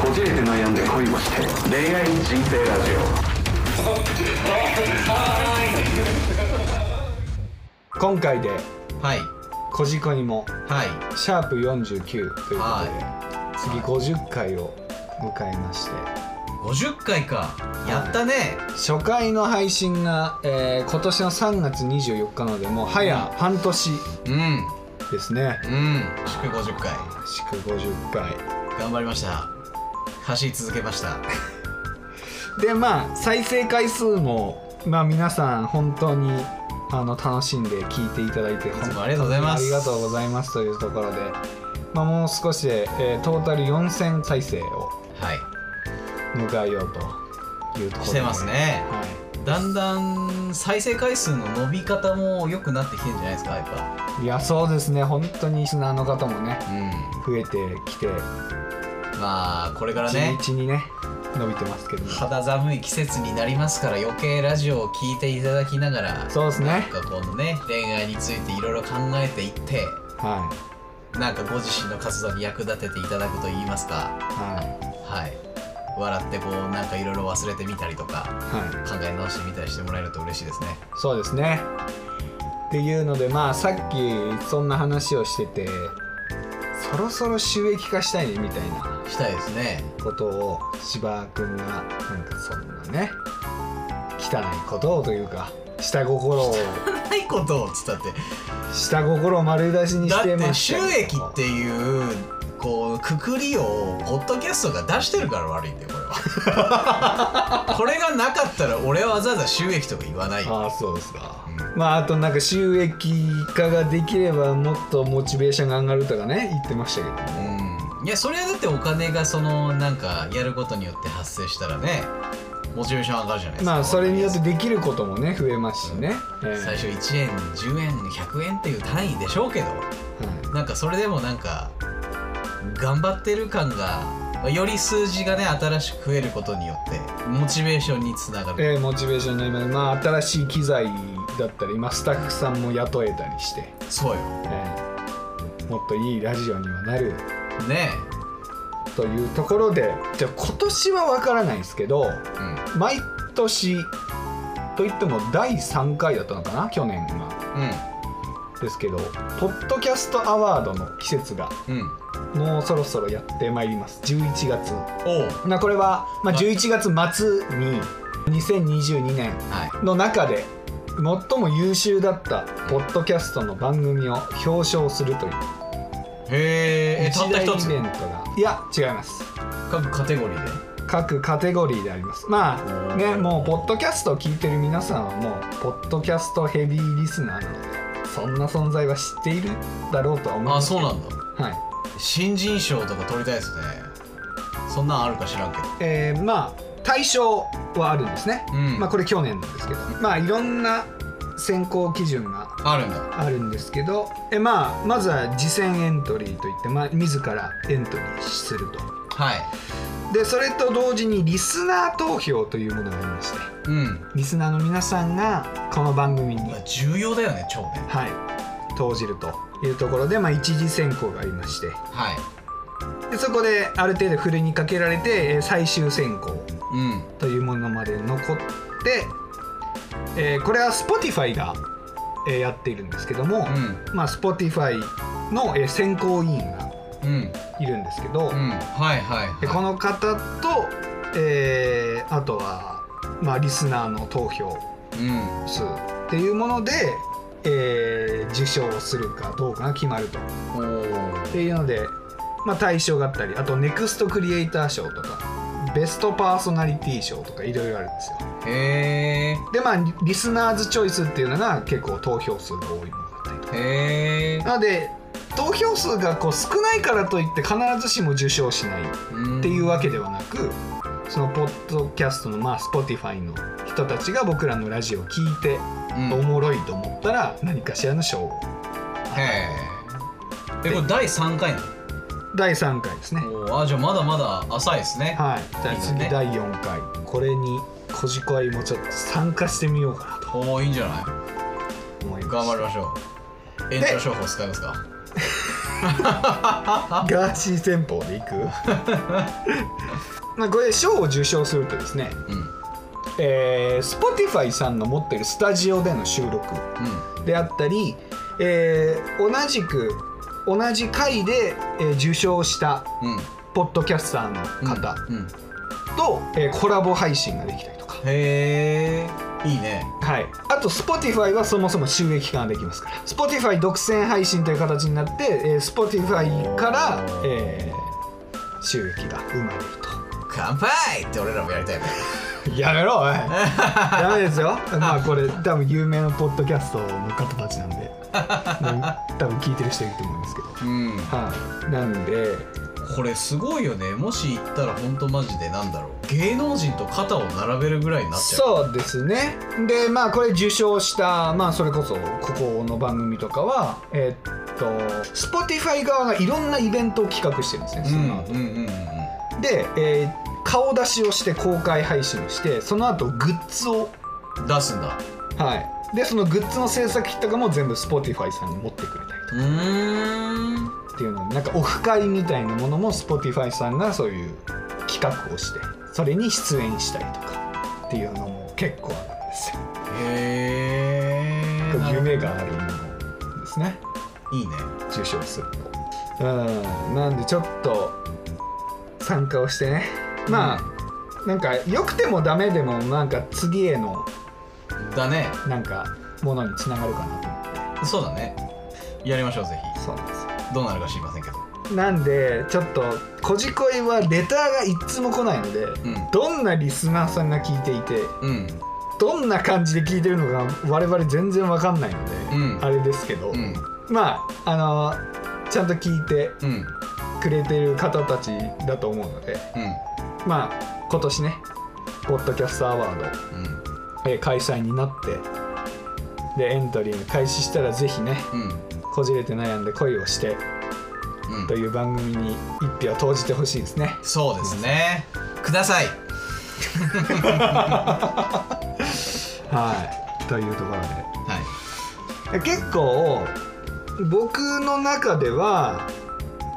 こじれて悩んで恋をして恋愛人生ラジ今回ではい「こじこにもはい」シャープ49ということで次50回を迎えまして50回かやったね、初回の配信が、えー今年の3月24日なのでもう早半年うんですねうん祝50回祝50回頑張りました走り続けま したでまあ再生回数もまあ皆さん本当にあの楽しんで聞いていただいていつもありがとうございますありがとうございますというところで、まあ、もう少しで、えートータル4000再生をはい迎えようというところでしてます、ねはい、だんだん再生回数の伸び方も良くなってきてんじゃないですかやっぱいやそうですね本当にリスナーの方もねうん増えてきてまあこれから地ね道にね伸びてますけども肌寒い季節になりますから余計ラジオを聞いていただきながらそうですねなんかこのね恋愛についていろいろ考えていってはなんかご自身の活動に役立てていただくといいますいかはいはい笑ってこうなんかいろいろ忘れてみたりとかはい考え直してみたりしてもらえると嬉しいですねそうですねっていうのでまあさっきそんな話をしててそろそろ収益化したいねみたいなしたいですねことを芝君がなんかそんなね汚いことをというか下心をないことをつったって下心を丸出しにだしっててまし収た益っていうこうくくりをポッドキャストが出してるから悪いんだよこれは これがなかったら俺はわざわざ収益とか言わないよああそうですか、うまああとなんか収益化ができればもっとモチベーションが上がるとかね言ってましたけどねうんいやそれはだってお金がそのなんかやることによって発生したらねモチベーション上がるじゃないですかまあそれによってできることもね増えますしね、ええ最初1円10円100円っていう単位でしょうけどなんかそれでもなんか頑張ってる感がまあより数字がね新しく増えることによってモチベーションにつながはいる、ええモチベーションになりますまあ新しい機材だったり、まあ、スタッフさんも雇えたりして、そうよええもっといいラジオにはなるねというところでじゃあ今年はわからないですけどえ、うん毎年といっても第3回だったのかな去年が。ですけどポッドキャストアワードの季節がうんうんもうそろそろやってまいります11月おうなこれは、まあ、はい11月末に2022年はいの中で最も優秀だったポッドキャストの番組を表彰するというへえた一った大イ一つベントがいや違います各カテゴリーで各カテゴリーでありますまあねもうポッドキャストを聞いてる皆さんはもうポッドキャストヘビーリスナーなのでそんな存在は知っているだろうとは思いあますそうなんだはい新人賞とか取りたいですねそんなんあるか知らんけどえーまあ対象はあるんですね、うんまあ、これ去年なんですけどまあいろんな選考基準があるんだあるんですけどえ、まあ、まずは次戦エントリーといって、まあ、自らエントリーするとはいでそれと同時にリスナー投票というものがありましてうんリスナーの皆さんがこの番組に、まあ重要だよね超ねはい、投じるというところで、まあ、一次選考がありましてはいでそこである程度ふるいにかけられてえー最終選考うんというものまで残って、えーこれは Spotify が、えーやっているんですけども、うまあ、Spotify の、えー選考委員がんうんいるんですけど、うんはいはいはいでこの方と、えーあとは、まあ、リスナーの投票うん数っていうもので、えー受賞するかどうかが決まるとっおーていうので、まあ、大賞があったりあとネクストクリエイター賞とかベストパーソナリティ賞とかいろいろあるんですよ。へでまあリリスナーズチョイスっていうのが結構投票数が多いものだったりとかえへえなので投票数がこう少ないからといって必ずしも受賞しないっっていうわけではなく、そのポッドキャストのまあ Spotify の人たちが僕らのラジオを聞いて、うんおへもろいと思ったら何かしらの賞をええこれ第3回なの第3回ですねおーあじゃあまだまだ浅いですねはいじゃあいいです次ね第4回これにこじこいもちょっと参加してみようかなとおおいいんじゃない思います頑張りましょう延長商法使いますかガーシー戦法でいく まあこれ賞を受賞するとですね、うんうんえー、Spotify さんの持ってるスタジオでの収録であったり、えー同じく同じ回で、えー受賞したうんポッドキャスターの方うんうんと、えーコラボ配信ができたりとか、へえいいねはい、あと Spotify はそもそも収益化ができますから Spotify 独占配信という形になって、えー Spotify から、えー収益が生まれる乾杯って俺らもやりたいねとやめろ おいダメですよまあこれ多分有名なポッドキャストの方たちなん でうん多分聞いてる人いると思いますけどうんはい、なんでこれすごいよねもし行ったらほんとマジでなんだろう芸能人と肩を並べるぐらいになっちゃうそうですねでまあこれ受賞した、まあ、それこそここの番組とかはえっと Spotify 側がいろんなイベントを企画してるんですねそんの後、うんうんうんで、えー顔出しをして公開配信をしてその後グッズをうん出すんだはいでそのグッズの制作費とかも全部 Spotify さんに持ってくれたりうーんとかっていうのでなんかオフ会みたいなものも Spotify さんがそういう企画をしてそれに出演したりとかっていうのも結構あるんですよへえ夢があるものですねいいね受賞するとうんなんでちょっと参加をしてねまあ、なんか良くてもダメでもなんか次へのだねなんかものにつながるかなと思ってそうだねやりましょうぜそうなんですひどうなるか知りませんけどよなんでちょっと「こじこい」はレターがいっつも来ないのでうどんなリスナーさんが聞いていてんうんどんな感じで聞いてるのか我々全然わかんないので、うんあれですけど、うんまああのちゃんと聞いてうんくれてる方たちだと思うのでうんまあ今年ねポッドキャストアワーうんド、えー開催になってでエントリーが開始したらぜひねうんこじれて悩んで恋をしてうんという番組に一票投じてほしいですねそうですねくださいはいというところはでい結構僕の中では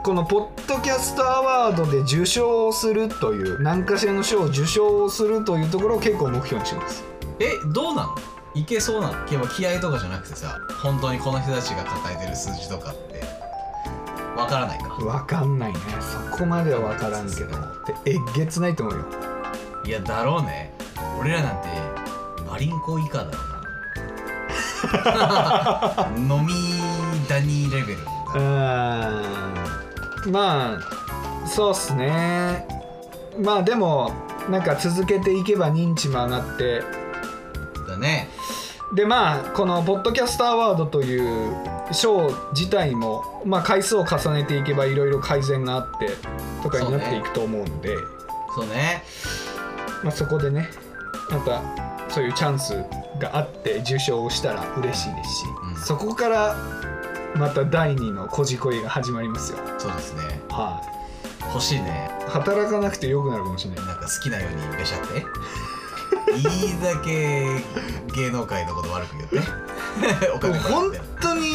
このポッドキャストアワードで受賞するという何かしらの賞を受賞するというところを結構目標にしてますえどうなのいけそうなのいやまあ気合とかじゃなくてさ本当にこの人たちが抱えてる数字とかってわからないかわかんないねそこまではわからんけどでえっげつないと思うよいやだろうね俺らなんてパリンコ以下だろうな飲みダニーレベルうーんまあそうっすねまあでもなんか続けていけば認知も上がってだねでまあこのポッドキャストアワードという賞自体も、まあ、回数を重ねていけばいろいろ改善があってとかになっていくと思うのでそそうねまあ、そこでねまたそういうチャンスがあって受賞をしたら嬉しいですし、うんそこからまた第2のこじこいが始まりますよ。そうですねはい、欲しいね働かなくて良くなるかもしれないなんか好きなようにべしゃっていいだけ芸能界のこと悪く言ってねお金もら本って当に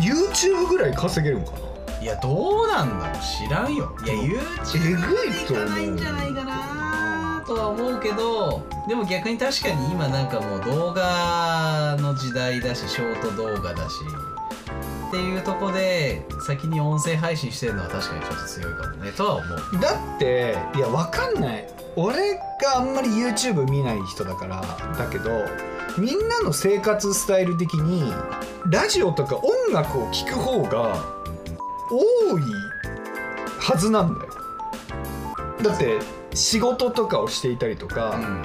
YouTube ぐらい稼げるのかないやどうなんだろう知らんよいやうん YouTube えぐいと思行うかないんじゃないかなとは思うけどでも逆に確かに今なんかもう動画の時代だしショート動画だしっていうとこで先に音声配信してるのは確かにちょっと強いかもねとは思うだっていやわかんない俺があんまり YouTube 見ない人だからだけどみんなの生活スタイル的にラジオとか音楽を聴く方が多いはずなんだよだって仕事とかをしていたりとか、うん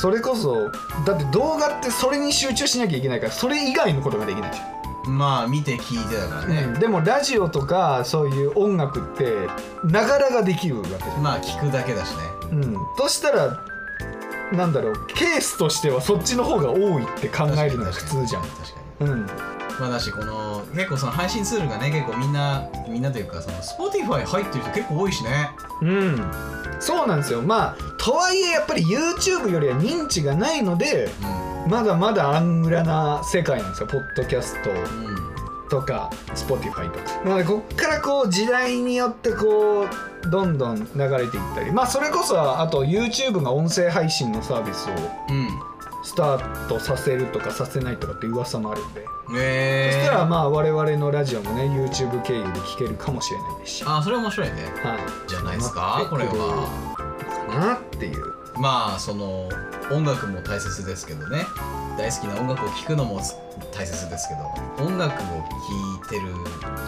それこそだって動画ってそれに集中しなきゃいけないからそれ以外のことができないじゃんまあ見て聞いてだからねね、でもラジオとかそういう音楽ってながらができるわけじゃん、まあ聞くだけだしねうん、としたらなんだろうケースとしてはそっちの方が多いって考えるのが普通じゃん確かに確かにうんまあだしこの結構その配信ツールがね結構みんなみんなというかその Spotify 入ってる人結構多いしねうんそうなんですよまあとはいえやっぱり YouTube よりは認知がないのでうまだまだアングラな世界なんですよポッドキャストんうんとか Spotify とかなのでこっからこう時代によってこうどんどん流れていったりまあそれこそあと YouTube が音声配信のサービスをうんスタートさせるとかさせないとかって噂もあるんで、えー、そしたらまあ我々のラジオもね YouTube 経由で聞けるかもしれないですしあそれ面白いねはいじゃないですかこれはなっていうまあその音楽も大切ですけどね大好きな音楽を聴くのも大切ですけど音楽を聴いてる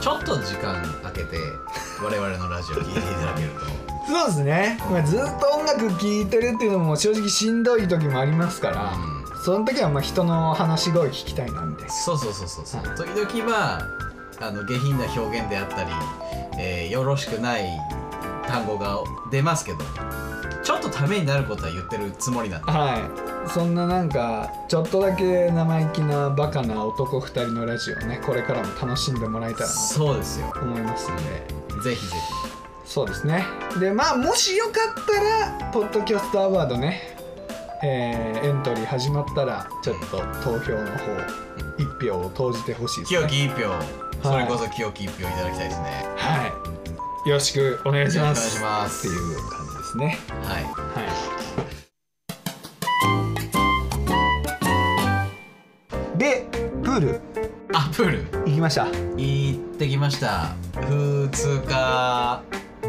ちょっと時間空けて我々のラジオ聴いていただける とそうですね、まあ、ずっと音楽聴いてるっていうのも正直しんどい時もありますから、うんその時はまあ人の話し声聞きたいなみたいなそうそうそうそうそう、はい時々まああの下品な表現であったり、えーよろしくない単語が出ますけどちょっとためになることは言ってるつもりなんではいそんななんかちょっとだけ生意気なバカな男2人のラジオねこれからも楽しんでもらえたらなそうですよと思いますんでぜひぜそうですねでまあもしよかったらポッドキャストアワードねえーエントリー始まったらちょっと投票の方1票を投じてほしいでひすね清き一票それこそ清き一票いただきたいですねはい。よろしくお願いしまよろしす。くお願いしますっていう感じですね。はいはい。で、プールあプール行きました。行ってきました普通科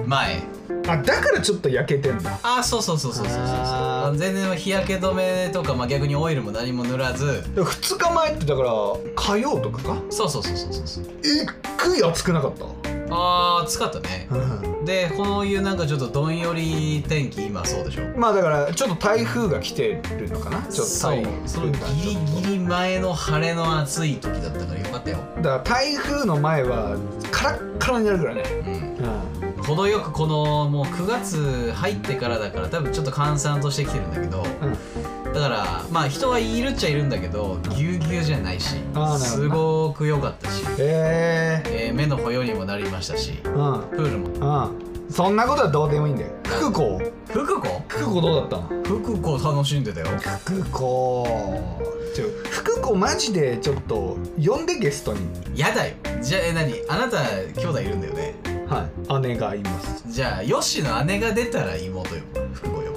前あ、だからちょっと焼けてんだ。あそうそうそうそうそうそうあそう全然日焼け止めとか、まあ、逆にオイルも何も塗らずで2日前ってだから火曜とかかそうそうそうそうそうそうえっくい暑くなかった、あー暑かったねでこういうなんかちょっとどんより天気今そうでしょまあだからちょっと台風が来てるのかなちょっとそ台うその風がギリギリ前の晴れの暑い時だったからよかったよだから台風の前はカラッカラになるからね、うん程よくこのもう9月入ってからだから多分ちょっと閑散としてきてるんだけどうんだからまあ人はいるっちゃいるんだけどぎゅうぎゅうじゃないしあーなるほどなすごく良かったし、えええー目の保養にもなりましたしー、うんプールもうんそんなことはどうでもいいんだよ福子福子福子どうだっ福子楽しんでたよた福子ちょ福子マジでちょっと呼んでゲストにやだよじゃあえ何あなた兄弟いるんだよねはい姉がいますじゃあヨッシーの姉が出たら妹よ福子よ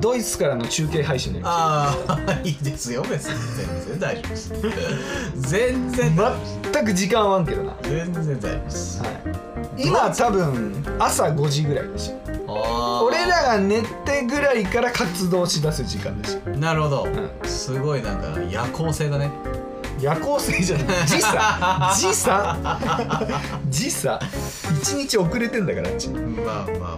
ドイツからの中継配信になりまああ いいですよ別に全然大丈夫です 全然大丈夫ですす全く時間はあんけどな、は全然大丈夫ですい、今多分朝5時ぐらいでしょあー俺らが寝てぐらいから活動しだす時間でしょなるほど、んすごいなんか夜行性だね夜行性じゃない時差時差時差一日遅れてんだからあっちまあまあまあまあ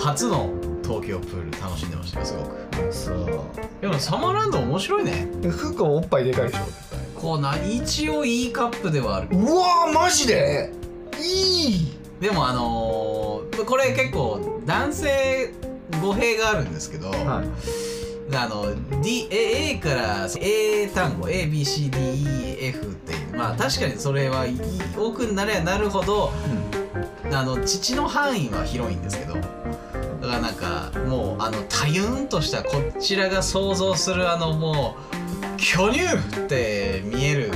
初の東京プール楽しんでましたよすごくそうでもサマーランド面白いね福君おっぱいでかいでしょこうな一応いいカップではあるうわーマジでいいでもあのーこれ結構男性語弊があるんですけど、はいあの D A A から A 単語 ABCDEF っていうまあ確かにそれはいい奥になればなるほどあの父の範囲は広いんですけどだからなんかもうあのたゆんとしたこちらが想像するあのもう巨乳って見える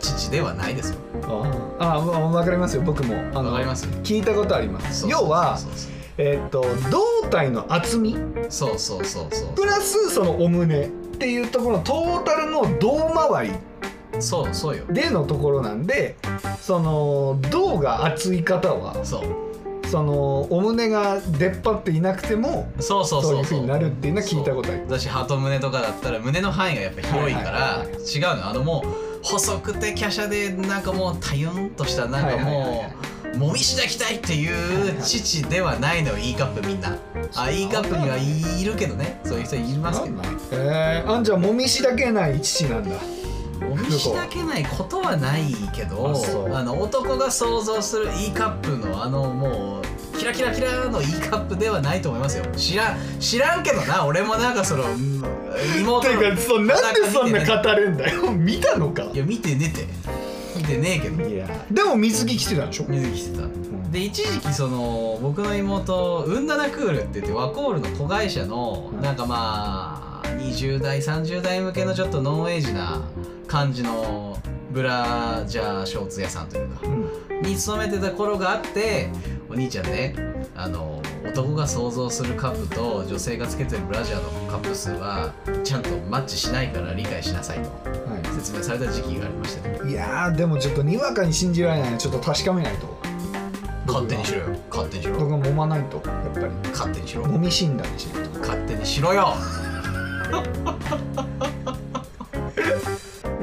父ではないですよああ分かりますよ僕もあわかります聞いたことありますそうそうそうそう要はえーっと胴体の厚みそうそうそうそうプラスそのお胸っていうところのトータルの胴回りそうそうよでのところなんでその胴が厚い方はそうそのお胸が出っ張っていなくてもそうそうそういそうふううになるっていうのは聞いたことあるだし鳩胸とかだったら胸の範囲がやっぱ広いかはいはらいはい違うのあのもう細くて華奢でなんかもうたゆんとしたなんかはいはいはいもはうもみしだきたいってはいいはうい父ではないのよ E カップみんなあ E カップにはいるけどねそういう人いますけどえー、あんじゃあもみしだけない父なんだお見しだけないことはないけどあそうあの男が想像する E カップのあのもうキラキラキラの E カップではないと思いますよ知らん知らんけどな俺もなんかそのうん妹てのかそうなんでそんな裸見語れてねんだよ見たのかいや 見てねて見てねえけどいやでも水着着てたんでしょ水着してたんで一時期その僕の妹ウンダナクールって言ってワコールの子会社のうんなんかまあ20代30代向けのちょっとノンエイジな感じのブラジャーショーツ屋さんというかうんに勤めてた頃があってお兄ちゃんねあの男が想像するカップと女性がつけてるブラジャーのカップ数はちゃんとマッチしないから理解しなさいとは説明された時期がありましたねい、いやーでもちょっとにわかに信じられないのちょっと確かめないと勝手にしろよ勝手にしろ僕は揉まないとやっぱり勝手にしろ揉み診断にしないと勝手にしろよ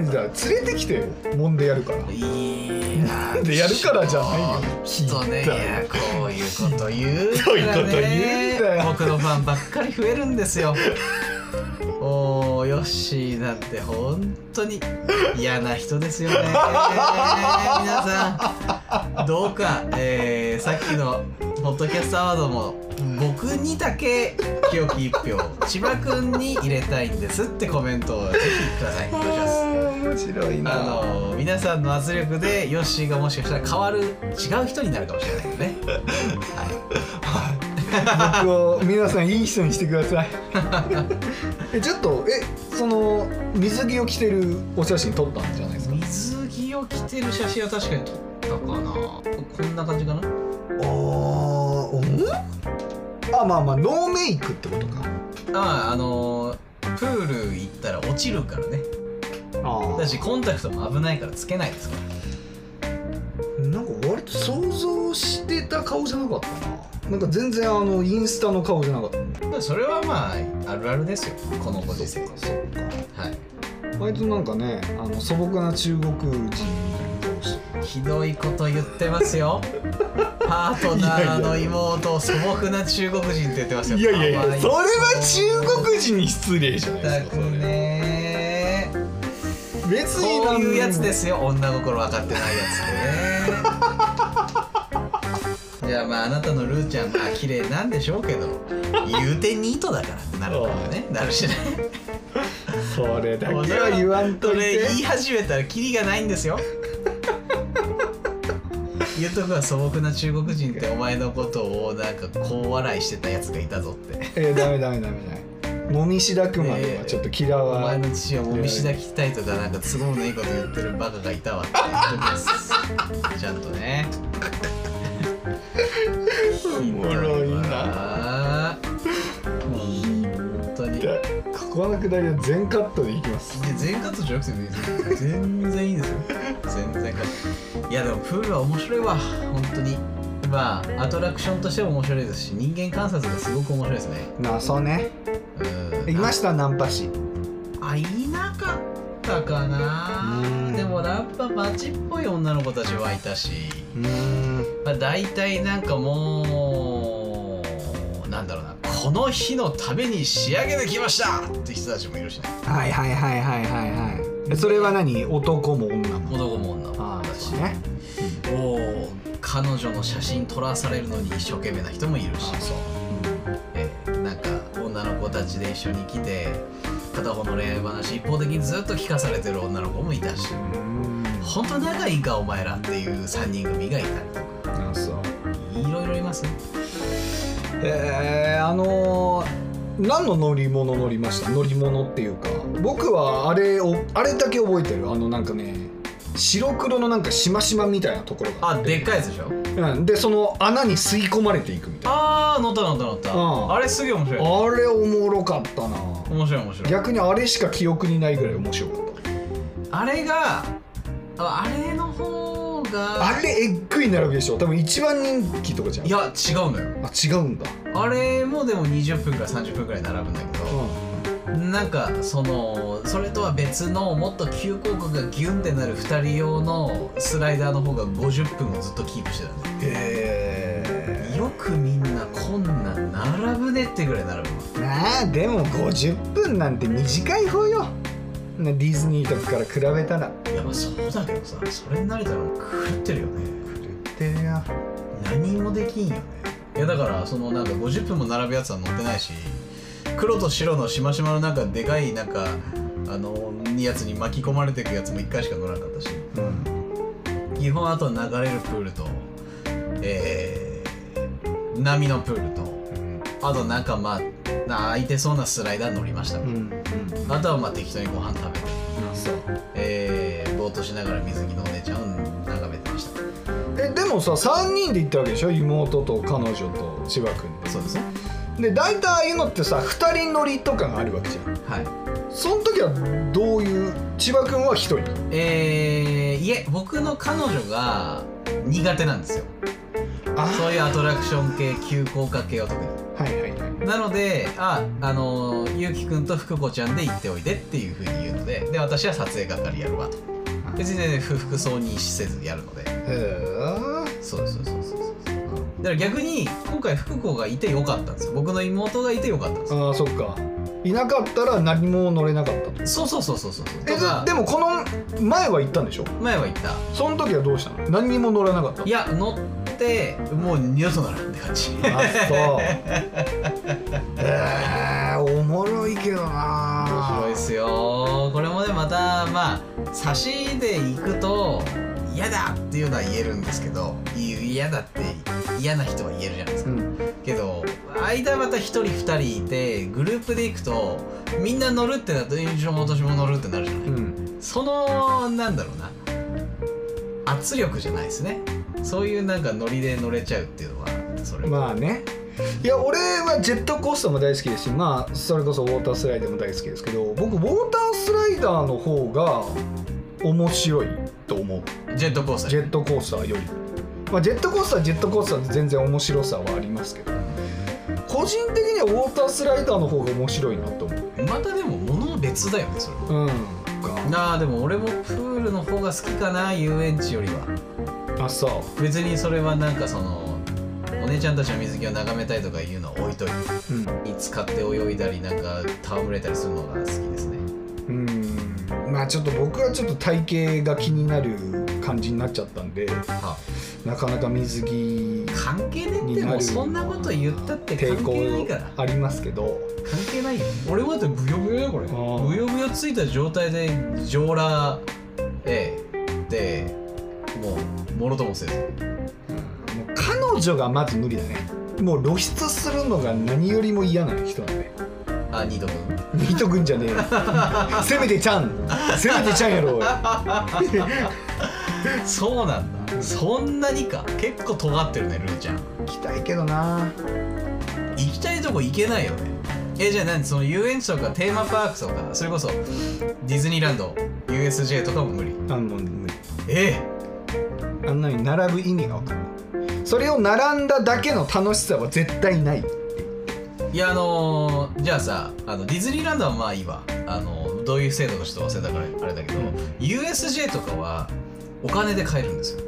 だから連れてきてよ揉んでやるからいやでやるからじゃないよちょっとねいひどいやこういうこと言うからひどいこと言ねうなよ僕のファンばっかり増えるんですよ おーヨッシーなんて本当に嫌な人ですよね 皆さんどうか、えーさっきのポッドキャストアワードも僕にだけ清き一票千葉くんに入れたいんですってコメントをぜひくださいお願いします面白いあの皆さんの圧力でヨッシーがもしかしたら変わる違う人になるかもしれないよ ね。は僕を皆さんいい人にしてください えちょっとえその水着を着てるお写真撮ったんじゃないですい、か水着を着てる写真は確かに撮ったかな。こんな感じかな。あおあまあまあノーメイクってことかあああのープール行ったら落ちるからね。あだしコンタクトも危ないからつけないですから。なんか割と想像してた顔じゃなかったななんか全然あのインスタの顔じゃなかっただからそれはまああるあるですよ。このご時世。そうかはい。割となんかねあの素朴な中国人みたいな顔してひどいこと言ってま すよ。パートナーの妹を素朴な中国人って言ってますよ。いやいやいかわやいそれは中国人に失礼じゃないですかそれね別にこういうやつですすよ女心分かってないやつ ねじゃあまああなたのルーちゃんまあ綺麗なんでしょうけど言うてニートだからってなるからねなるしねそれだけは言わんといそれて言い始めたらキリがないんですよ言うとくは素朴な中国人ってお前のことをなんかこう笑いしてたやつがいたぞってえー、ダメダメダメダメもみしだくまではちょっと嫌おわ前の父はもみしだきたいとかなんか都合のいいこと言ってるバカがいたわって言っときますちゃんとねおもろいなな本当にでここのくだりは全カットでいきます全カットじゃなくてもいいですよ全然いいですよ全然カットいやでもプールは面白いわ本当にまあアトラクションとしても面白いですし人間観察がすごく面白いですねなあそうねうんいましたナンパ師あいなかったかなうんでもやっぱ街っぽい女の子たちはいたし、うーんまあ、大体なんかもうなんだろうなこの日のために仕上げてきましたって人たちもいるしねはいはいはいはいはいはいえそれは何男も女も男も女あもいあただししねおー彼女の写真撮らされるのに一生懸命な人もいるしそうえーなんか女の子たちで一緒に来て片方の恋愛話一方的にずっと聞かされてる女の子もいたしうーん本当仲いいかお前らっていう3人組がいたりとかあそういろいろいますねえー、あのー、何の乗り物乗りました乗り物っていうか僕はあれをあれだけ覚えてるあのなんかね白黒のなんかしましまみたいなところがあでっかいやつでしょうん、でその穴に吸い込まれていくみたいあー乗った乗った乗った、うんあれすげえ面白いなあれおもろかったな面白い面白い逆にあれしか記憶にないぐらい面白かったあれがああれの方があれえっぐい並びでしょ多分一番人気とかじゃんいや違うのよあ違うんだあれもでも20分から30分くらい並ぶんだけど、なんかそのそれとは別のもっと急降下がギュンってなる2人用のスライダーの方が50分をずっとキープしてたねへよくみんなこんなん並ぶねってぐらい並ぶまあでも50分なんて短い方よねディズニーとかから比べたらいやまあそうだけどさそれに慣れたらもう狂ってるよね狂ってるよ何もできんよねいやだからそのなんか50分も並ぶやつは乗ってないし黒と白のしましまのなんかでかいなんかあのやつに巻き込まれてくやつも1回しか乗らなかったしうん基本あと流れるプールと、えー波のプールとあとなんかまあな空いてそうなスライダー乗りました、うんあとはまあ適当にご飯食べてそうえー、ぼーっとしながら水着のお姉ちゃんを眺めてましたえでもさ3人で行ったわけでしょ妹と彼女と千葉君そうですねで大体ああいうのってさ2人乗りとかがあるわけじゃんはいその時はどういう千葉君は1人えー、いえ僕の彼女が苦手なんですよあそういうアトラクション系急降下系は特にはいはいはいなのでああのーゆうきくんと福子ちゃんで行っておいでっていうふうに言うのでで私は撮影係やるわと別に、ね、ふ服装にせずやるのでへえそうそうそうそうそうだから逆に今回福子がいてよかったんですよ僕の妹がいてよかったんですよああそっかいなかったら何も乗れなかったとそうそうそうそうそうそうえとかでもこの前は行ったんでしょ前は言ったその時はどうしたの何にも乗らなかったいや乗ってもう二度とならんって感じ あそうえー、おもろいけどな面白いっすよこれもねまたまあ差しで行くと嫌だっていうのは言えるんですけど言う嫌だって嫌な人は言えるじゃないですうか、んけど間また1人2人いてグループで行くとみんな乗るってなると友情も私も乗るってなるじゃない、うんそのなんだろうな圧力じゃないですねそういうなんかノリで乗れちゃうっていうのはそれは、まあねいや俺はジェットコースターも大好きですしまあそれこそウォータースライダーも大好きですけど僕ウォータースライダーの方が面白いと思うジェットコースタージェットコースターより、まあ、ジェットコースターはジェットコースターで全然面白さはありますけど個人的にはウォータースライダーの方が面白いなと思うまたでも物別だよねそれはうんなあでも俺もプールの方が好きかな遊園地よりはあそう別にそれはなんかそのお姉ちゃんたちの水着を眺めたいとかいうのは置いといてうん使って泳いだりなんか戯れたりするのが好きですねうんまあちょっと僕はちょっと体型が気になる感じになっちゃったんではなかなか水着関係ねえっにてなもうるそんなこと言ったって関係ないから抵抗ありますけど関係ないよ俺もだってブヨブヨよこれあーブヨブヨついた状態で上裸ええでもうもろともせずもう彼女がまず無理だねもう露出するのが何よりも嫌な人だねあ二度分見とくんじゃねえよせめてちゃんせめてちゃんやろおいそうなんだそんなにか結構尖ってるねルーちゃん行きたいけどな行きたいとこ行けないよねえじゃあ何その遊園地とかテーマパークとかそれこそディズニーランド USJ とかも無理あもう無理えあんなに並ぶ意味が分かんないそれを並んだだけの楽しさは絶対ないえいやあのーじゃあさあのディズニーランドはまあいいわあのーどういう制度かちょっと忘れたからあれだけど、USJ とかはお金で買えるんですよ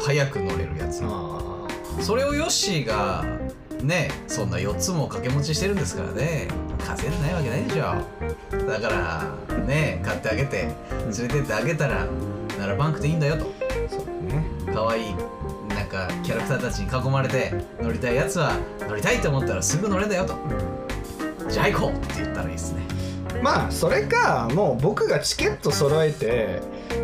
早く乗れるやつあそれをヨッシーがねそんな4つも掛け持ちしてるんですからね稼いでないわけないでしょだからね買ってあげて連れてってあげたらならバンクでいいんだよとそうだね可愛いなんかキャラクターたちに囲まれて乗りたいやつは乗りたいと思ったらすぐ乗れんだよとじゃあ行こうって言ったらいいですねまあそれかもう僕がチケット揃えて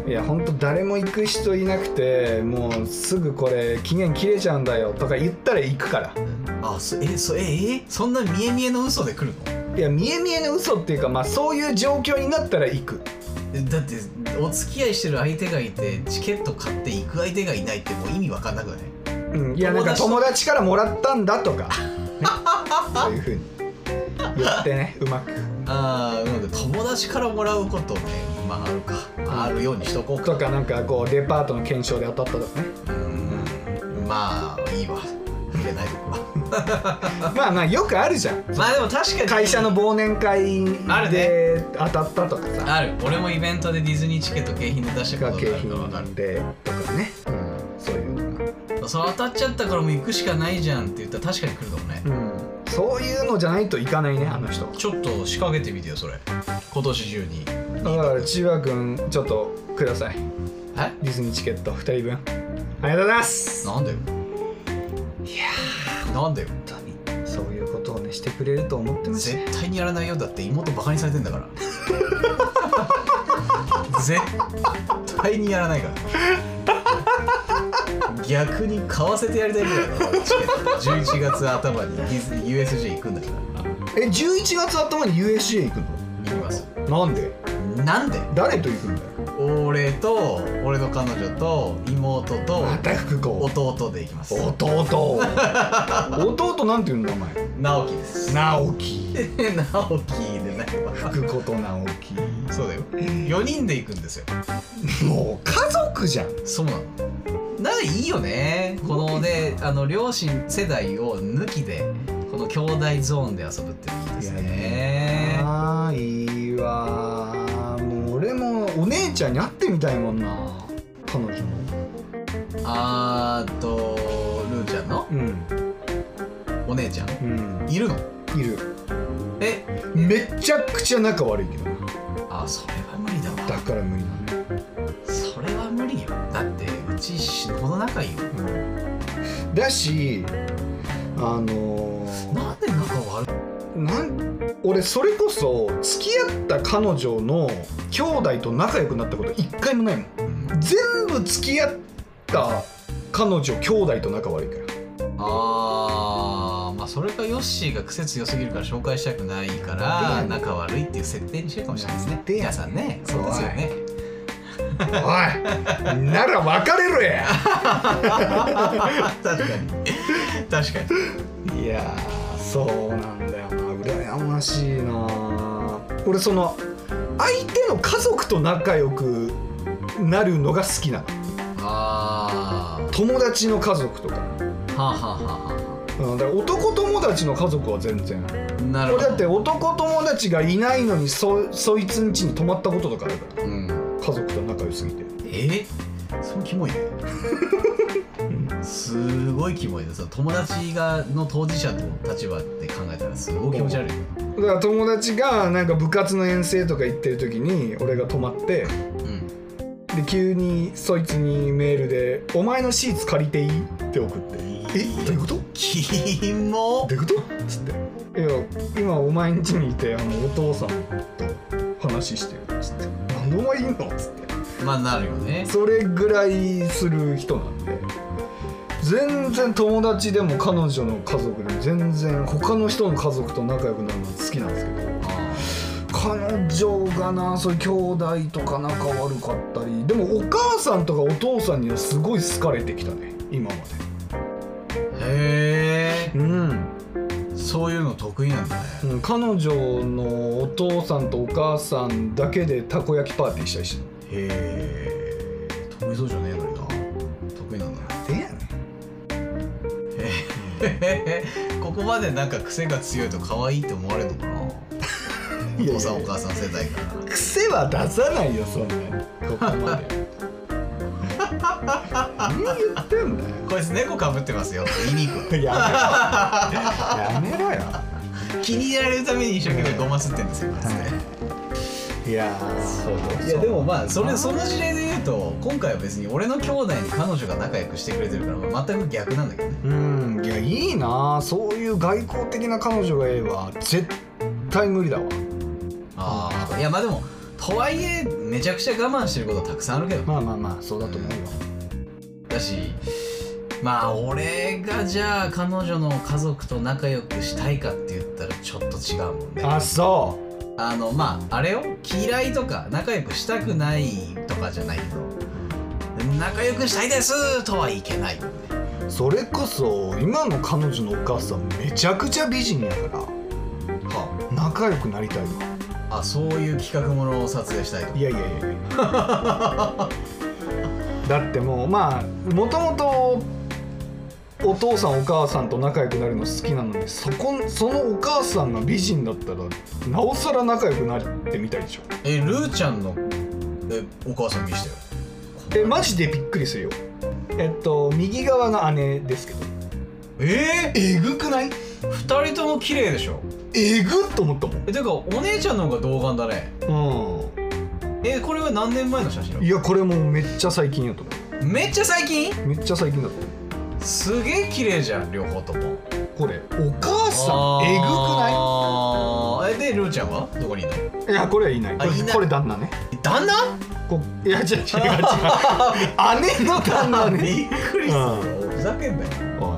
いやほんと誰も行く人いなくてもうすぐこれ期限切れちゃうんだよとか言ったら行くからあそえそええそんな見え見えの嘘で来るのいや見え見えの嘘っていうかまあそういう状況になったら行くえだってお付き合いしてる相手がいてチケット買って行く相手がいないってもう意味わかんなくないうん、いやなんか友達からもらったんだ とか、ね、そういうふうに言ってねうまくああなので友達からもらうことねまああるか、あるようにしとこうかとかなんかこうデパートの検証で当たったとかねうーんまあいいわ入れないとこはまあまあよくあるじゃんまあでも確かに会社の忘年ある会で当たったとかさある俺もイベントでディズニーチケット景品で出したがこと景があるから分か品でとかね、うん、そういうのが、るそれ当たっちゃったからもう行くしかないじゃんって言ったら確かに来るかもね、うん、そういうのじゃないといかないねあの人ちょっと仕掛けてみてよそれ今年中にだから千葉君ちょっとくださいえディズニーチケット2人分ありがとうございますなんでよいやなんでよ本当にそういうことをねしてくれると思ってます絶対にやらないよだって妹バカにされてんだから絶対にやらないから逆に買わせてやりたいぐらいだからチケット11月頭にディズニー USJ 行くんだかえら11月頭に USJ 行くの言いますなんでなんで誰と行くんだよ俺と俺の彼女と妹とまた福子弟で行きます弟弟なんていう名前直樹です直樹 直樹でないわ福子と直樹そうだよ4人で行くんですよもう家族じゃんそうなのなんかいいよねこのねあの両親世代を抜きでこの兄弟ゾーンで遊ぶっていいですねああいいわもう俺もお姉ちゃんに会ってみたいもんな彼女のあーっとルーちゃんのうんお姉ちゃんうんいるのいるえめちゃくちゃ仲悪いけどなあそれは無理だわだから無理だね、それは無理よだってうち死ぬほど仲いいようん、だしあのーなんで仲悪いなん俺それこそ付き合った彼女の兄弟と仲良くなったこと一回もないもん全部付き合った彼女兄弟と仲悪いからあーまあそれかヨッシーが癖強すぎるから紹介したくないからで仲悪いっていう設定にしてるかもしれないですねで皆さんねそうですよねおいなら別れろや確かに確かにいやーそうなんだよな羨ましいな俺その相手の家族と仲良くなるのが好きなのあ友達の家族とか、ーはあはあはあはうん、だから男友達の家族は全然あなる俺ほどだって男友達がいないのにそそいつん家に泊まったこととかあるからうん、家族と仲良すぎてえそのキモいねすごいキモいです友達がの当事者の立場で考えたらすごい気持ち悪いだから友達がなんか部活の遠征とか行ってる時に俺が泊まってうんで急にそいつにメールで「お前のシーツ借りていい?」って送って「えどういうことどキモういうこと?」っつって「いや今お前ん家にいてあのお父さんと話してる」っつって「何でお前いんの?」っつってまあなるよねそれぐらいする人なんで全然友達でも彼女の家族でも全然他の人の家族と仲良くなるの好きなんですけどあ彼女がなそういう兄弟とか仲悪かったりでもお母さんとかお父さんにはすごい好かれてきたね今まーへでうん、えそういうの得意なんだね彼女のお父さんとお母さんだけでたこ焼きパーティーしたりしてへえ得意そうじゃねえのにな得意なんだねたやねへへへ ここまでなんか癖が強いと可愛いって思われるのかなおいや父さんお母さん世代から癖は出さないよそんなにここまで 何言ってんだよこいつ猫かぶってますよって言いに行くやめろやめろよ気に入られるために一生懸命ごますってんですよ、つっていやーそういやでもまあそれその事例で言うと今回は別に俺の兄弟に彼女が仲良くしてくれてるからまあ全く逆なんだけどねうんいやいいなあそういう外交的な彼女がいれば絶対無理だわああいやまあでもとはいえめちゃくちゃ我慢してることたくさんあるけどまあまあまあそうだと思うよ、だしまあ俺がじゃあ彼女の家族と仲良くしたいかって言ったらちょっと違うもんねあそあのまああれよ嫌いとか仲良くしたくないとかじゃないけど仲良くしたいですとはいけないよねうそれこそ今の彼女のお母さんめちゃくちゃ美人やから仲良くなりたいわあそういう企画ものを撮影したいといやいやいやいや だってもうまあもともとお父さんお母さんと仲良くなるの好きなのにそこそのお母さんが美人だったらなおさら仲良くなってみたいでしょえルーちゃんのえお母さん見してよえマジでびっくりするよえっと右側が姉ですけどええぐくないー、2人とも綺麗でしょえぐっと思ったえてかお姉ちゃんの方が童顔だねもんえこれは何年前の写真うんいやこれもうめっちゃ最近やと思めっちゃ最近うめっちゃ最近だったすげえ綺麗じゃん両方ともこれお母ささんえぐくないえでルーちゃんはどこにいるのんえぐくないいやこれはいないあこれいないこれ旦那ね旦那こいや違う 違う違う姉の旦那びねっくりするわ ふざけんなよおい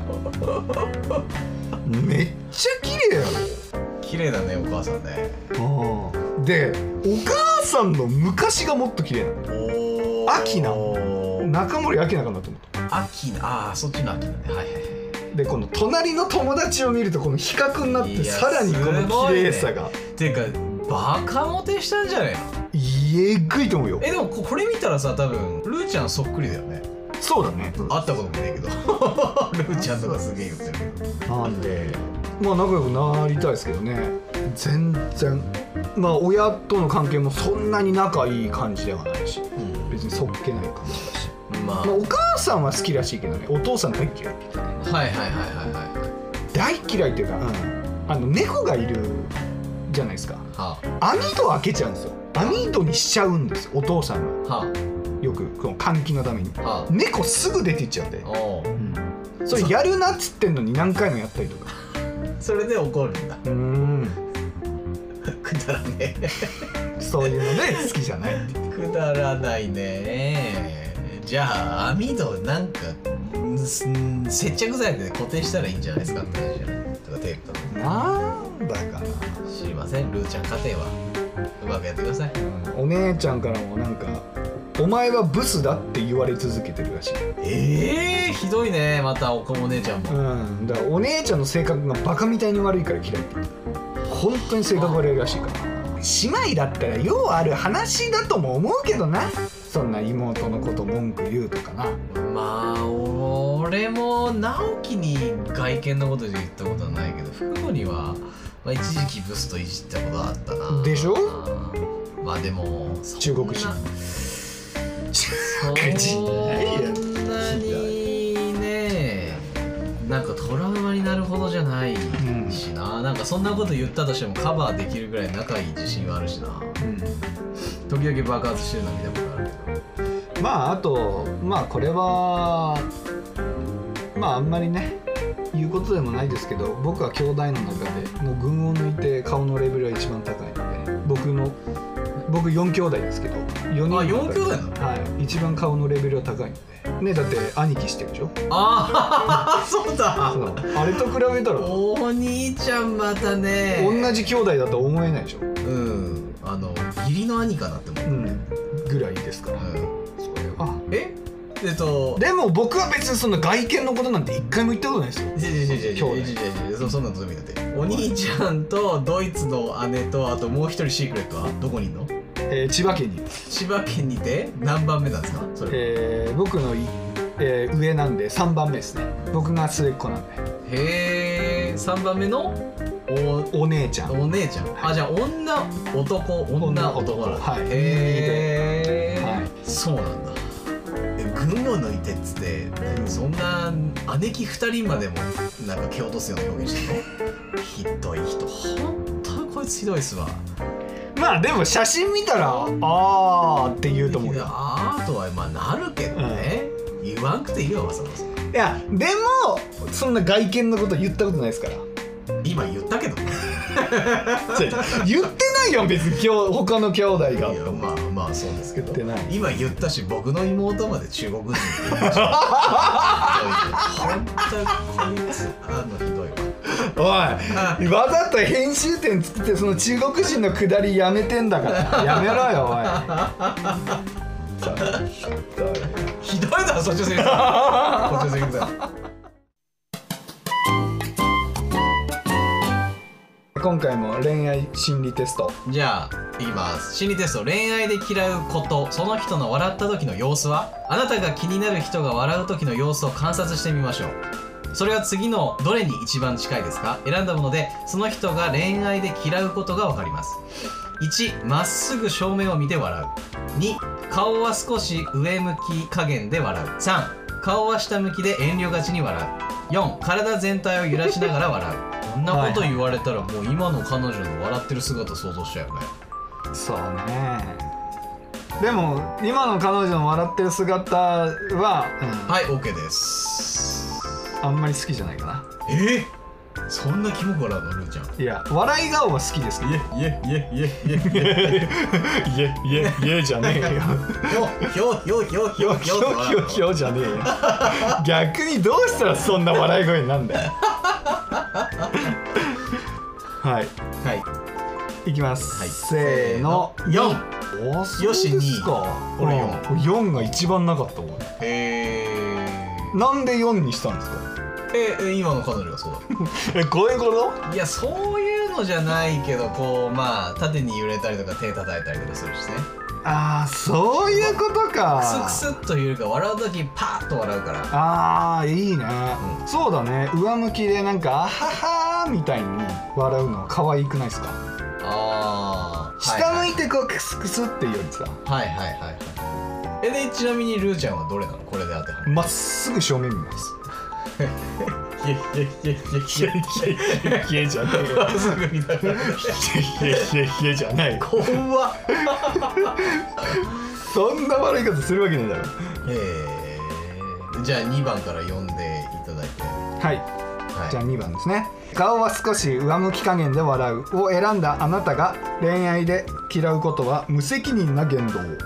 めっちゃ綺麗や綺麗だねお母さんねろでお母さんの昔がもっと綺麗なのおー秋な中森明菜かなと思った秋なあーそっちの秋なんではいはいはいでこの隣の友達を見るとこの比較になっいてやさらにこの綺麗さがていうかバカモテしたんじゃないのえぐいと思うよえでもここれ見たらさ多分ルーちゃんそっくりだよねそうだね会ったこともない けどルーちゃんとかすげえ言ってるけどなんでまあ仲良くなりたいですけどね全然まあ親との関係もそんなに仲いい感じではないし別にそっけない感じだし、まあまあ、お母さんは好きらしいけどねお父さん大嫌いはいはいはいはいはい大嫌いっていうか、あの猫がいるじゃないですかは網戸開けちゃうんですよ網戸にしちゃうんですよお父さんがあはよくこの換気のためにあは猫すぐ出ていっちゃうんであ、おうそれやるなっつってんのに何回もやったりとかそれで怒るんだうんくだらねそういうので好きじゃないってえくだらないねじゃあ網戸なんかんすん接着剤で固定したらいいんじゃないですかって話じゃんとかテープとかなんだか知りませんルーちゃん家庭はうまくやってくださいな、お姉ちゃんからもなんか「お前はブスだ」って言われ続けてるらしい、ええひどいねまたおこも姉ちゃんもうん、だからお姉ちゃんの性格がバカみたいに悪いから嫌いって言ってた本当に性格悪いらしいから姉妹だったらようある話だとも思うけどなそんな妹のこと文句言うとかなまあ俺も直樹に外見のことで言ったことはないけど福子には、まあ、一時期ブスといじったことはあったなでしょまあでもそんな中国人そんな国人ないよにねなんかトラウマになるほどじゃないしな、なんかそんなこと言ったとしてもカバーできるぐらい仲いい自信はあるしな時々爆発してるの見たことあるけどまああとまあこれはまああんまりね言うことでもないですけど僕は兄弟の中でもう群を抜いて顔のレベルが一番高いので僕の僕4兄弟ですけど4人の中であ四兄弟なのはい一番顔のレベルが高いのでねだって兄貴してるでしょああそうだそうあれと比べたらお兄ちゃんまたね同じ兄弟だとは思えないでしょ、うんあの義理の兄かなって思ううん、ぐらいですからうんそれはあええっとでも僕は別にその外見のことなんて一回も言ったことないですよじゃじゃじゃじゃ兄弟じゃじゃそそんなのどうでもいいんだってお兄ちゃんとドイツの姉とあともう一人シークレットはどこにいんのえー千葉県にいます、千葉県にて何番目なんですかそれえー僕のい、えー上なんで3番目ですね僕が末っ子なんでへえ3番目のおお姉ちゃんお姉ちゃんあじゃあ女男女男な女んだ男はいへえ、はいそうなんだえ群を抜いてっつってそんな姉貴2人までもなんか蹴落とすような表現してるのひどい人ほんとこいつひどいっすわまあでも写真見たらあーって言うと思ういやよアートはまあなるけどね、言わんくていいよわざわざいやでもそんな外見のこと言ったことないですから今言ったけどね言ってないよ別に今日他の兄弟がいやまあまあそうですけど言ってない今言ったし僕の妹まで中国人って言ってました本当にこいつあのひどいわおいわざと編集点作ってその中国人のくだりやめてんだからやめろよおいさあひどいだろそっちのセリフこっちのセリフだ今回も恋愛心理テストじゃあいきます心理テスト恋愛で嫌うことその人の笑った時の様子はあなたが気になる人が笑う時の様子を観察してみましょうそれは次のどれに一番近いですか選んだものでその人が恋愛で嫌うことがわかります1まっすぐ正面を見て笑う2顔は少し上向き加減で笑う3顔は下向きで遠慮がちに笑う4体全体を揺らしながら笑うこんなこと言われたらもう今の彼女の笑ってる姿想像しちゃうよねそうねでも今の彼女の笑ってる姿は、はい OK ですうんあんまり好きじゃないかなえー、そんなキモく笑うのルーちゃんいや笑い顔は好きですけどいえいえいえいえいえいやいやいやじゃねえよひょひょひょひ ひょょひひょょひょひょじゃねえよ逆にどうしたらそんな笑い声になんだよはいはいいきます、はいせーのせーの4あそうですよしか二俺うんこれ四4が一番なかったもんえーなんで4にしたんですかええ今の彼女がそうえこういうことだいやそういうのじゃないけどこうまあ縦に揺れたりとか手叩いたりとかするしねああそういうことかクスクスっというか笑う時パーッと笑うからあーいいね、うそうだね上向きでなんか「あはは」みたいに笑うの可愛くないですか、ああ下向いてこうクスクスっていうよりさはいはいはいはいえでちなみにルーちゃんはどれなのこれで当てはまるまっすぐ正面見ますいやいやいやいやいやいや冷えじゃねえまっすぐ見たから冷え冷え冷えじゃない怖っそんな悪いことするわけないだろえー、じゃあ2番から読んでいただいてははいいじゃあ2番ですね顔は少し上向き加減で笑うを選んだあなたが恋愛で嫌うことは無責任な言動うんうん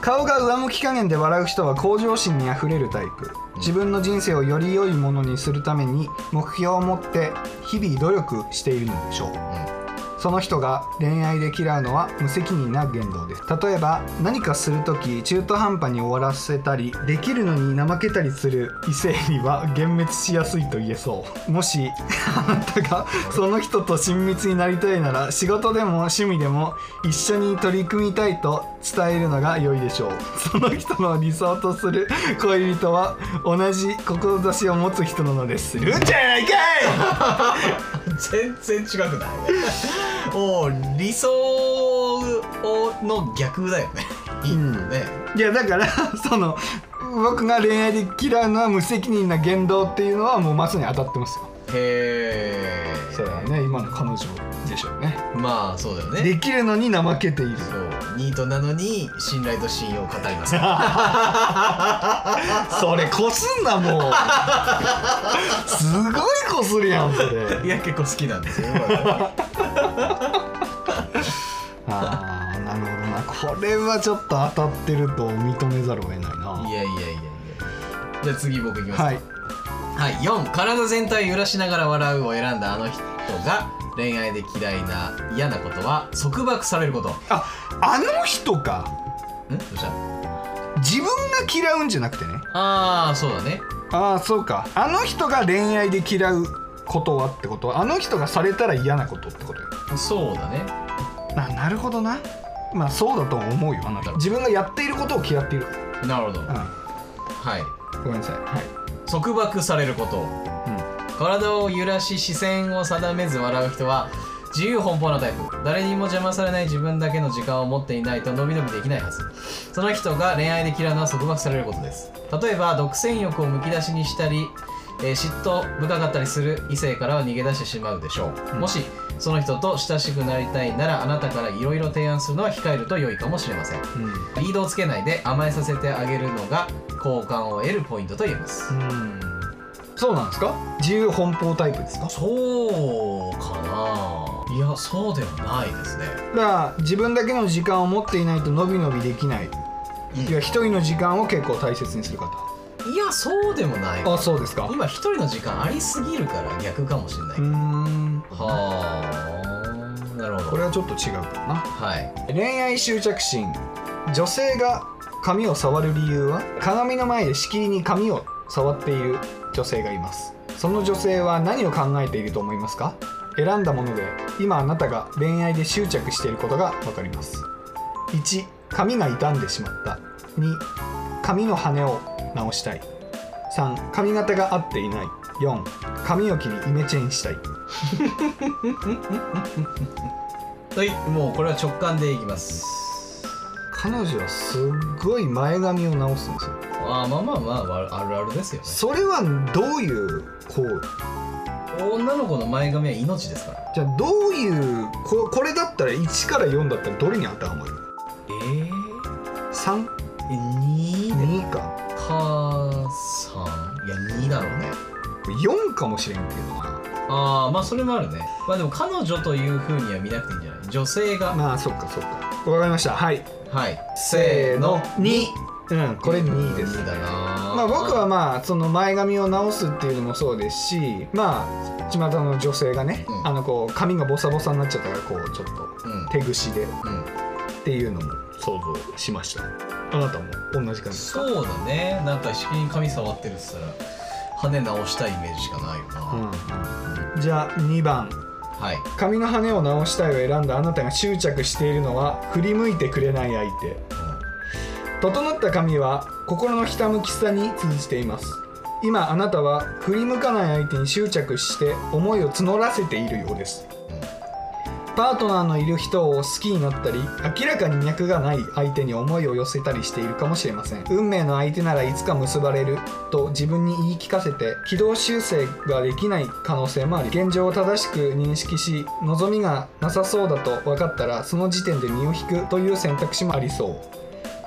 顔が上向き加減で笑う人は向上心にあふれるタイプ自分の人生をより良いものにするために目標を持って日々努力しているのでしょうその人が恋愛で嫌うのは無責任な言動です例えば何かする時中途半端に終わらせたりできるのに怠けたりする異性には幻滅しやすいと言えそうもしあなたがその人と親密になりたいなら仕事でも趣味でも一緒に取り組みたいと伝えるのが良いでしょうその人の理想とする恋人は同じ志を持つ人なのですルーちゃんやないかい 全然違くない もう理想をの逆だよねいいよね、いやだから その僕が恋愛で嫌うのは無責任な言動っていうのはもうまさに当たってますよへえそれはね今の彼女でしょうねまあそうだよねできるのに怠けているそうニートなのに信頼と信用を語り ますそれこすんなもうすごいこするやんそれいや結構好きなんですよまあーなるほどなこれはちょっと当たってると認めざるを得ないだいなやいやいやいやじゃあ次僕いきますはいはい、4体全体を揺らしながら笑うを選んだあの人が恋愛で嫌いな嫌なことは束縛されることんどああの人かうした自分が嫌うんじゃなくてねああそうだねああそうかあの人が恋愛で嫌うことはってことはあの人がされたら嫌なことってことよそうだねななるほどなまあそうだと思うよあの人自分がやっていることを嫌っているなるほど、うんはいごめんなさいはい、束縛されること体を揺らし視線を定めず笑う人は自由奔放なタイプ誰にも邪魔されない自分だけの時間を持っていないと伸び伸びできないはずその人が恋愛で嫌うのは束縛されることです例えば独占欲をむき出しにしたり、えー嫉妬深かったりする異性からは逃げ出してしまうでしょう、もしその人と親しくなりたいならあなたからいろいろ提案するのは控えると良いかもしれませんうんリードをつけないで甘えさせてあげるのが好感を得るポイントと言えます、うんそうなんですか自由奔放タイプですかそうかないやそうではないですねだから自分だけの時間を持っていないと伸び伸びできない、いや一人の時間を結構大切にする方いやそうでもないあそうですか今一人の時間ありすぎるから逆かもしれないうーんはあなるほどこれはちょっと違うかなはい恋愛執着心女性が髪を触る理由は鏡の前でしきりに髪を触っている女性がいますその女性は何を考えていると思いますか選んだもので今あなたが恋愛で執着していることがわかります1髪が傷んでしまった2髪の羽を直したい3髪型が合っていない4髪を切りイメチェンしたいはいもうこれは直感でいきます彼女はすっごい前髪を直すんですよあーまあまあまあわあるあるですよねそれはどういう行為女の子の前髪は命ですからじゃあどういうここれだったら1から4だったらどれに当てはまるえー、 ?32 え2でかか3いや2だろうね4かもしれんけどなああまあそれもあるねまあでも彼女というふうには見なくていいんじゃない女性がまあそっかそっかわかりましたはいはいせーの2 2うんこれ2ですだなあーまあ、僕はまあその前髪を直すっていうのもそうですしまあ巷の女性がね、うんあのこう髪がボサボサになっちゃったからこうちょっとうん手ぐしでっうんていうのも想像しましたあなたも同じ感じですかそうだねなんかしきりに髪触ってるっつったら羽直したいイメージしかないよな、うん、じゃあ2番はい髪の羽を直したいを選んだあなたが執着しているのは振り向いてくれない相手整った髪は心のひたむきさに通じています今あなたは振り向かない相手に執着して思いを募らせているようですパートナーのいる人を好きになったり明らかに脈がない相手に思いを寄せたりしているかもしれません運命の相手ならいつか結ばれると自分に言い聞かせて軌道修正ができない可能性もあり現状を正しく認識し望みがなさそうだと分かったらその時点で身を引くという選択肢もありそう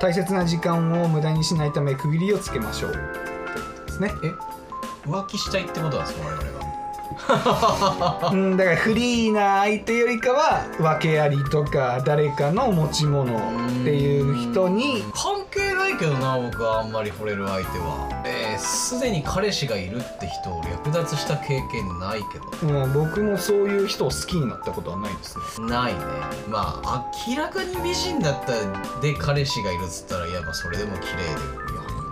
大切な時間を無駄にしないため区切りをつけましょうですねうん、え浮気したいってことなんですか我々はうんだからフリーな相手よりかは訳ありとか誰かの持ち物っていう人に関係ないけどな僕はあんまり惚れる相手はえーす、でに彼氏がいるって人を略奪した経験ないけどもう僕もそういう人を好きになったことはないですねないねまあ明らかに美人だったで彼氏がいるっつったらいやまあそれでも綺麗でいやいい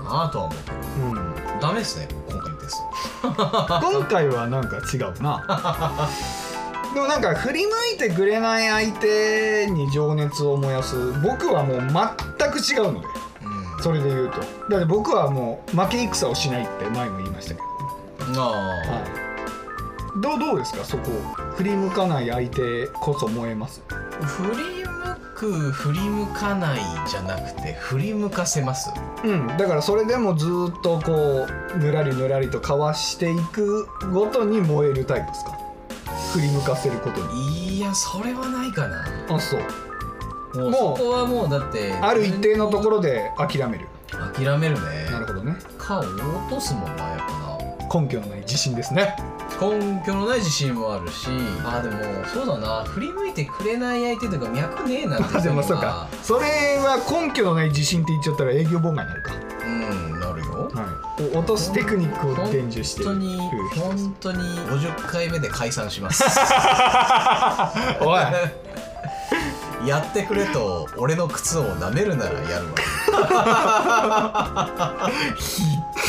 なとは思うけどうんダメですね今回です今回はなんか違うなでもなんか振り向いてくれない相手に情熱を燃やす僕はもう全く違うのでうんそれで言うとだって僕はもう負け戦をしないって前も言いましたけどああ、はい、どうどうですかそこ振り向かない相手こそ燃えます振り向く振り向かないじゃなくて振り向かせますうんだからそれでもずーっとこうぬらりぬらりとかわしていくごとに燃えるタイプですか振り向かせることにいやそれはないかなあそうもうもうそこはもうだってある一定のところで諦める諦めるねなるほどね顔を落とすもんなやっぱな根拠のない自信ですね根拠のない自信もあるしあでもそうだな振り向いてくれない相手とか脈ねえなって人あでもそうがかそれは根拠のない自信って言っちゃったら営業妨害になるか、うんなるよはい、落とすテクニックを伝授してい本当るに人です本当に50回目で解散します おいやってくれと俺の靴を舐めるならやるわひ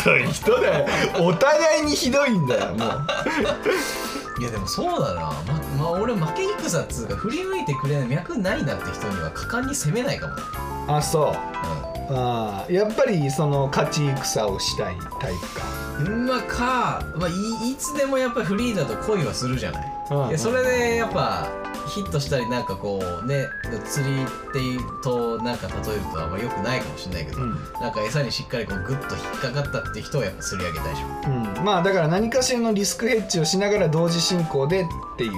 どい人だよお互いにひどいんだよもういやでもそうだな、ままあ、俺負け戦っつうか振り向いてくれない脈ないなって人には果敢に攻めないかもね、あそうあーやっぱりその勝ち戦をしたいタイうん、まあか、まあ、いいつでもやっぱりフリーだと恋はするじゃない,、プか、いやそれでやっぱヒットしたりなんかこうね釣りってとなんか例えるとあんまよくないかもしれないけど、うん、なんか餌にしっかりこうグッと引っかかったって人はやっぱ釣り上げたいでしうんまあだから何かしらのリスクヘッジをしながら同時進行でっていう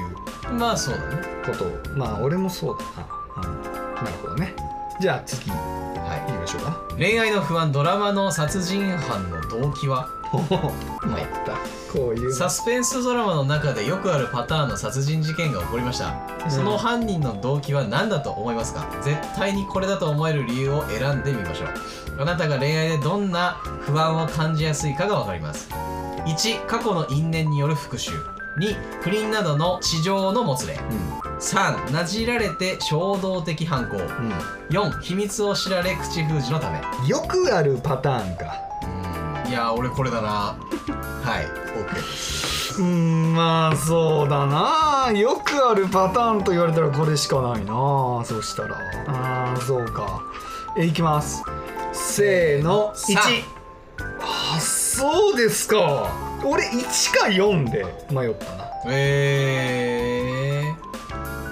ょまあそうだねことをまあ俺もそうだな、うん、なるほどねじゃあ次いきはましょうか い恋愛の不安ドラマの殺人犯の動機はおおまたこういうサスペンスドラマの中でよくあるパターンの殺人事件が起こりましたその犯人の動機は何だと思いますか絶対にこれだと思える理由を選んでみましょうあなたが恋愛でどんな不安を感じやすいかがわかります1過去の因縁による復讐2不倫などの地上のもつれ3なじられて衝動的犯行うん4秘密を知られ口封じのためうん、よくあるパターンかうんいやー俺これだなはい OK うんまあそうだなよくあるパターンと言われたらこれしかないなそしたらあーそうかえいきますせーの1さあそうですか俺1か4で迷ったなえ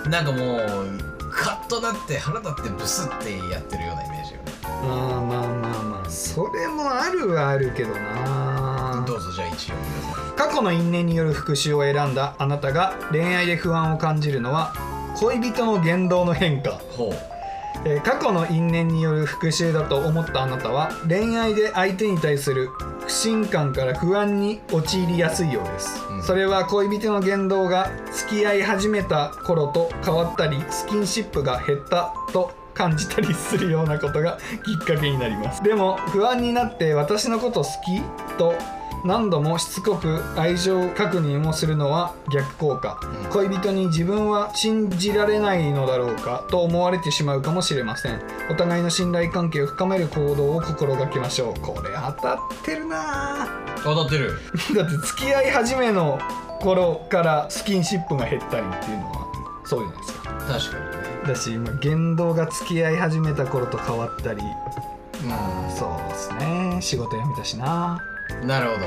ー、なんかもうカッとなって腹立ってブスってやってるようなイメージよねあーまあまあまあそれもあるはあるけどなどうぞじゃあ一応皆さ過去の因縁による復讐を選んだあなたが恋愛で不安を感じるのは恋人の言動の変化んほうえー過去の因縁による復讐だと思ったあなたは恋愛で相手に対する不信感から不安に陥りやすいようです、うんそれは恋人の言動が付き合い始めた頃と変わったりスキンシップが減ったと感じたりするようなことがきっかけになりますでも不安になって私のこと好きと何度もしつこく愛情確認をするのは逆効果うん恋人に自分は信じられないのだろうかと思われてしまうかもしれませんお互いの信頼関係を深める行動を心がけましょうこれ当たってるなぁ 当たってるだって付き合い始めの頃からスキンシップが減ったりっていうのはそうじゃないですか確かにねだし今言動が付き合い始めた頃と変わったりまあ そうですね仕事辞めたしななるほど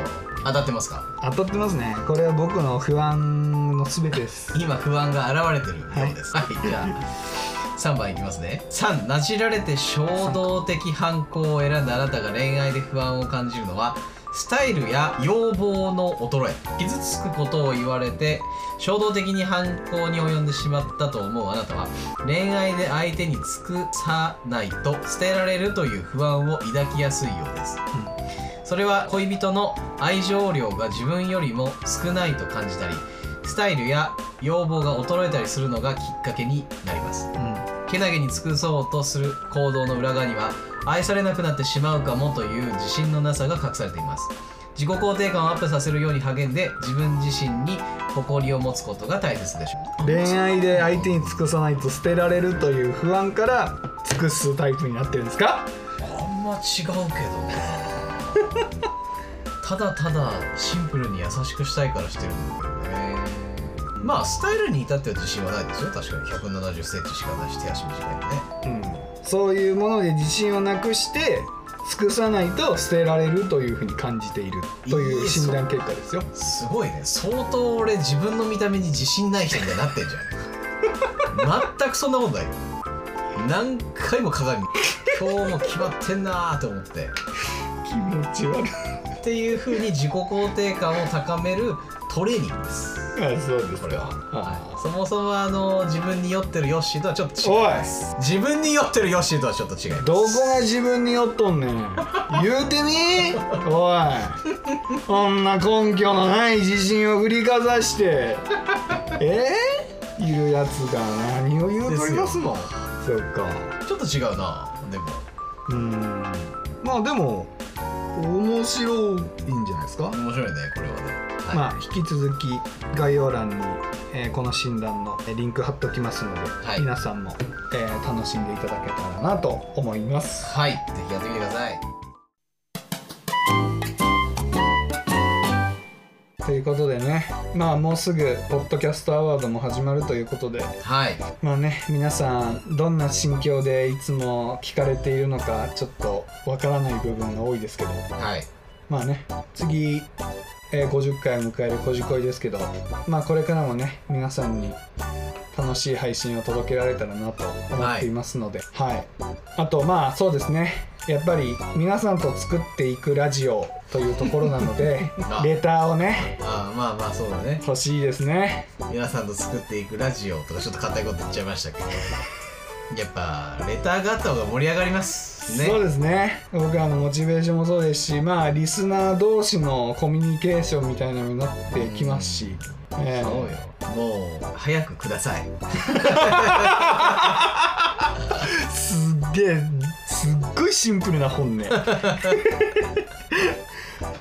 当たってますか当たってますねこれは僕の不安の全てです今不安が現れてるようですはい、じゃあ3番いきますね3なじられて衝動的犯行を選んだあなたが恋愛で不安を感じるのはスタイルや要望の衰え傷つくことを言われて衝動的に犯行に及んでしまったと思うあなたは恋愛で相手に尽くさないと捨てられるという不安を抱きやすいようですそれは恋人の愛情量が自分よりも少ないと感じたりスタイルや要望が衰えたりするのがきっかけになりますうんけなげに尽くそうとする行動の裏側には愛されなくなってしまうかもという自信のなさが隠されています自己肯定感をアップさせるように励んで自分自身に誇りを持つことが大切でしょう恋愛で相手に尽くさないと捨てられるという不安から尽くすタイプになってるんですかあんま違うけどねただただシンプルに優しくしたいからしてるんだけどねまあスタイルに至っては自信はないですよ確かに1 7 0ンチしかないし手足短いんでねうんそういうもので自信をなくして尽くさないと捨てられるというふうに感じているという診断結果ですよすごいね相当俺自分の見た目に自信ない人みたいになってんじゃん全くそんなことないよ何回も鏡今日も決まってんなーと思って気持ち悪いっていう風に自己肯定感を高めるトレーニングですあそうですこれは、はそもそもあの自分に酔ってるヨッシーとはちょっと違おうい自分に酔ってるヨッシーとはちょっと違いますどこが自分に酔っとんねん言うてみおいこんな根拠のない自信を振りかざしてえー、いるやつが何を言うとりますのそっかちょっと違うなでもうーんまあでも面白いんじゃないですか、面白いねこれはね、はいまあ引き続き概要欄に、えーこの診断のえーリンク貼っときますので、い皆さんも、えー楽しんでいただけたらなと思いますはいぜひやってみてくださいということでねまあもうすぐポッドキャストアワードも始まるということではいまあね皆さんどんな心境でいつも聞かれているのかちょっとわからない部分が多いですけどはいまあね次、えー50回を迎える「こじこい」ですけどまあこれからもね皆さんに楽しい配信を届けられたらなと思っていますので、はい、あとまあそうですねやっぱり皆さんと作っていくラジオというところなのであレターをねあーまあまあそうだね欲しいですね皆さんと作っていくラジオとかちょっと硬いこと言っちゃいましたけどやっぱレターがあった方が盛り上がりますねそうですね僕らのモチベーションもそうですしまあリスナー同士のコミュニケーションみたいなのになってきますし、ええそうよもう早くくださいすっげえすっごいシンプルな 本ね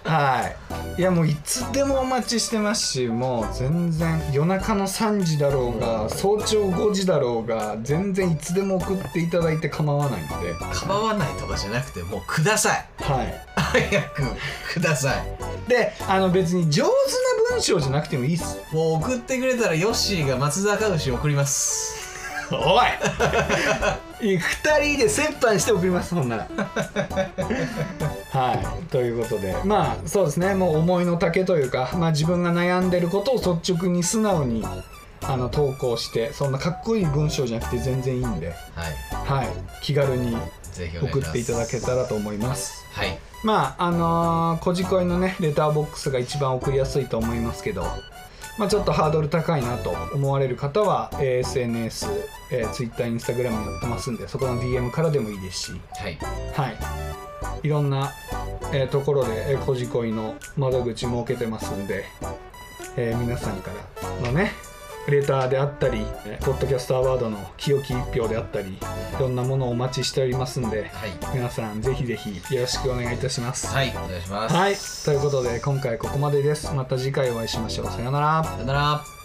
はいいやもういつでもお待ちしてますしもう全然夜中の3時だろうが早朝5時だろうが全然いつでも送っていただいて構わないので構わないとかじゃなくてもうくださいはい早くくださいであの別に上手な文章じゃなくてもいいっすもう送ってくれたらヨッシーが松坂牛送りますおい二人で折半して送りますほんならはいということでまあそうですねもう思いの丈というか、まあ、自分が悩んでることを率直に素直にあの投稿してそんなかっこいい文章じゃなくて全然いいんで、はいはい、気軽にぜひお願いし送ますっていただけたらと思いますはいまああのーこじこいのねレターボックスが一番送りやすいと思いますけど、まあ、ちょっとハードル高いなと思われる方は、えー SNS、えー、Twitter、Instagram に載ってますんでそこの DM からでもいいですし、はいはい、いろんな、えーところで、えーこじこいの窓口設けてますんで、えー皆さんからのねレターであったりねポッドキャストアワードの清き一票であったりいろんなものをお待ちしておりますんではい皆さんぜひぜひよろしくお願いいたしますはいお願いしますはい、ということで今回ここまでです。また次回お会いしましょう。さようなら。さよなら